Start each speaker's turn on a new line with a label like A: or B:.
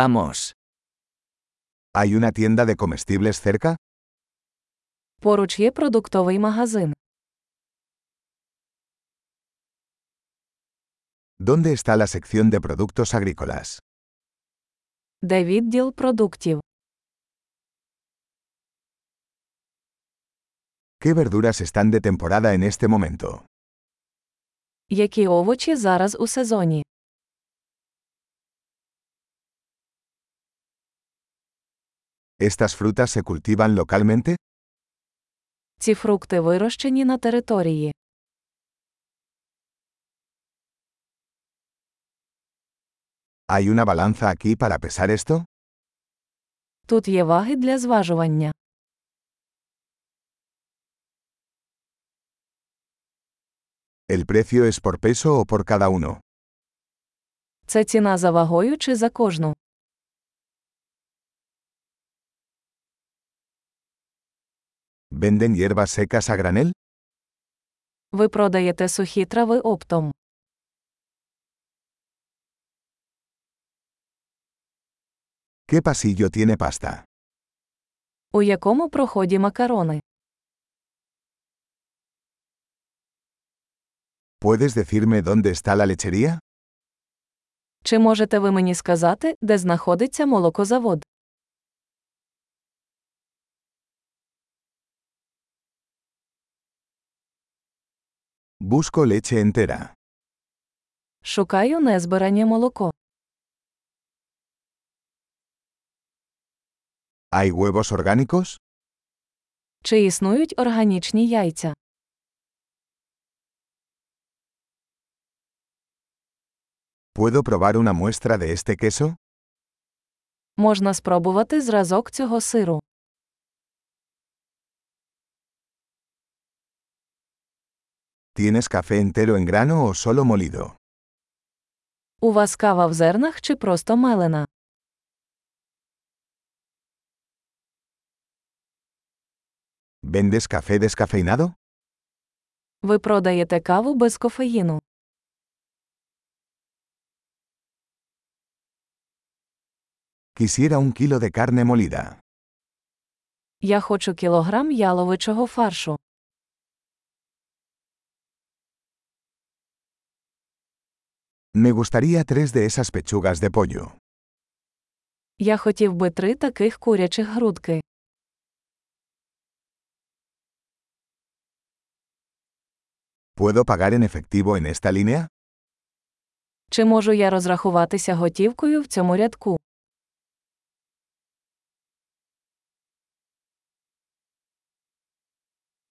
A: Vamos.
B: ¿Hay una tienda de comestibles cerca?
C: Поруч є продуктовий магазин.
B: ¿Dónde está la sección de productos agrícolas?
C: Де відділ продуктів?
B: ¿Qué verduras están de temporada en este momento?
C: Які овочі зараз у сезоні?
B: ¿Estas frutas se cultivan localmente?
C: Ці фрукти вирощені на території.
B: ¿Hay una balanza aquí para pesar esto?
C: Тут є ваги для зважування.
B: ¿El precio es por peso o por cada uno?
C: Це ціна за вагою чи за кожну.
B: ¿Venden hierbas secas a granel?
C: Ви продаєте сухі трави оптом.
B: ¿Qué pasillo tiene pasta?
C: У якому проході макарони?
B: ¿Puedes decirme dónde está la lechería?
C: Чи можете ви мені сказати, де знаходиться молокозавод?
B: Busco leche entera.
C: Шукаю незбирання молоко.
B: ¿Hay huevos orgánicos?
C: Чи існують органічні яйця?
B: ¿Puedo probar una muestra de este queso?
C: Можна спробувати зразок цього сиру.
B: ¿Tienes café entero en grano o solo molido?
C: У вас кава в зернах чи просто мелена?
B: ¿Vendes café descafeinado?
C: Ви продаєте каву без кофеїну.
B: Quisiera un kilo de carne molida.
C: Я хочу кілограм яловичого фаршу.
B: Me gustaría tres de esas pechugas de pollo.
C: Я хотів би три таких курячих грудки.
B: ¿Puedo pagar en efectivo en esta línea?
C: Чи можу я розрахуватися готівкою в цьому рядку?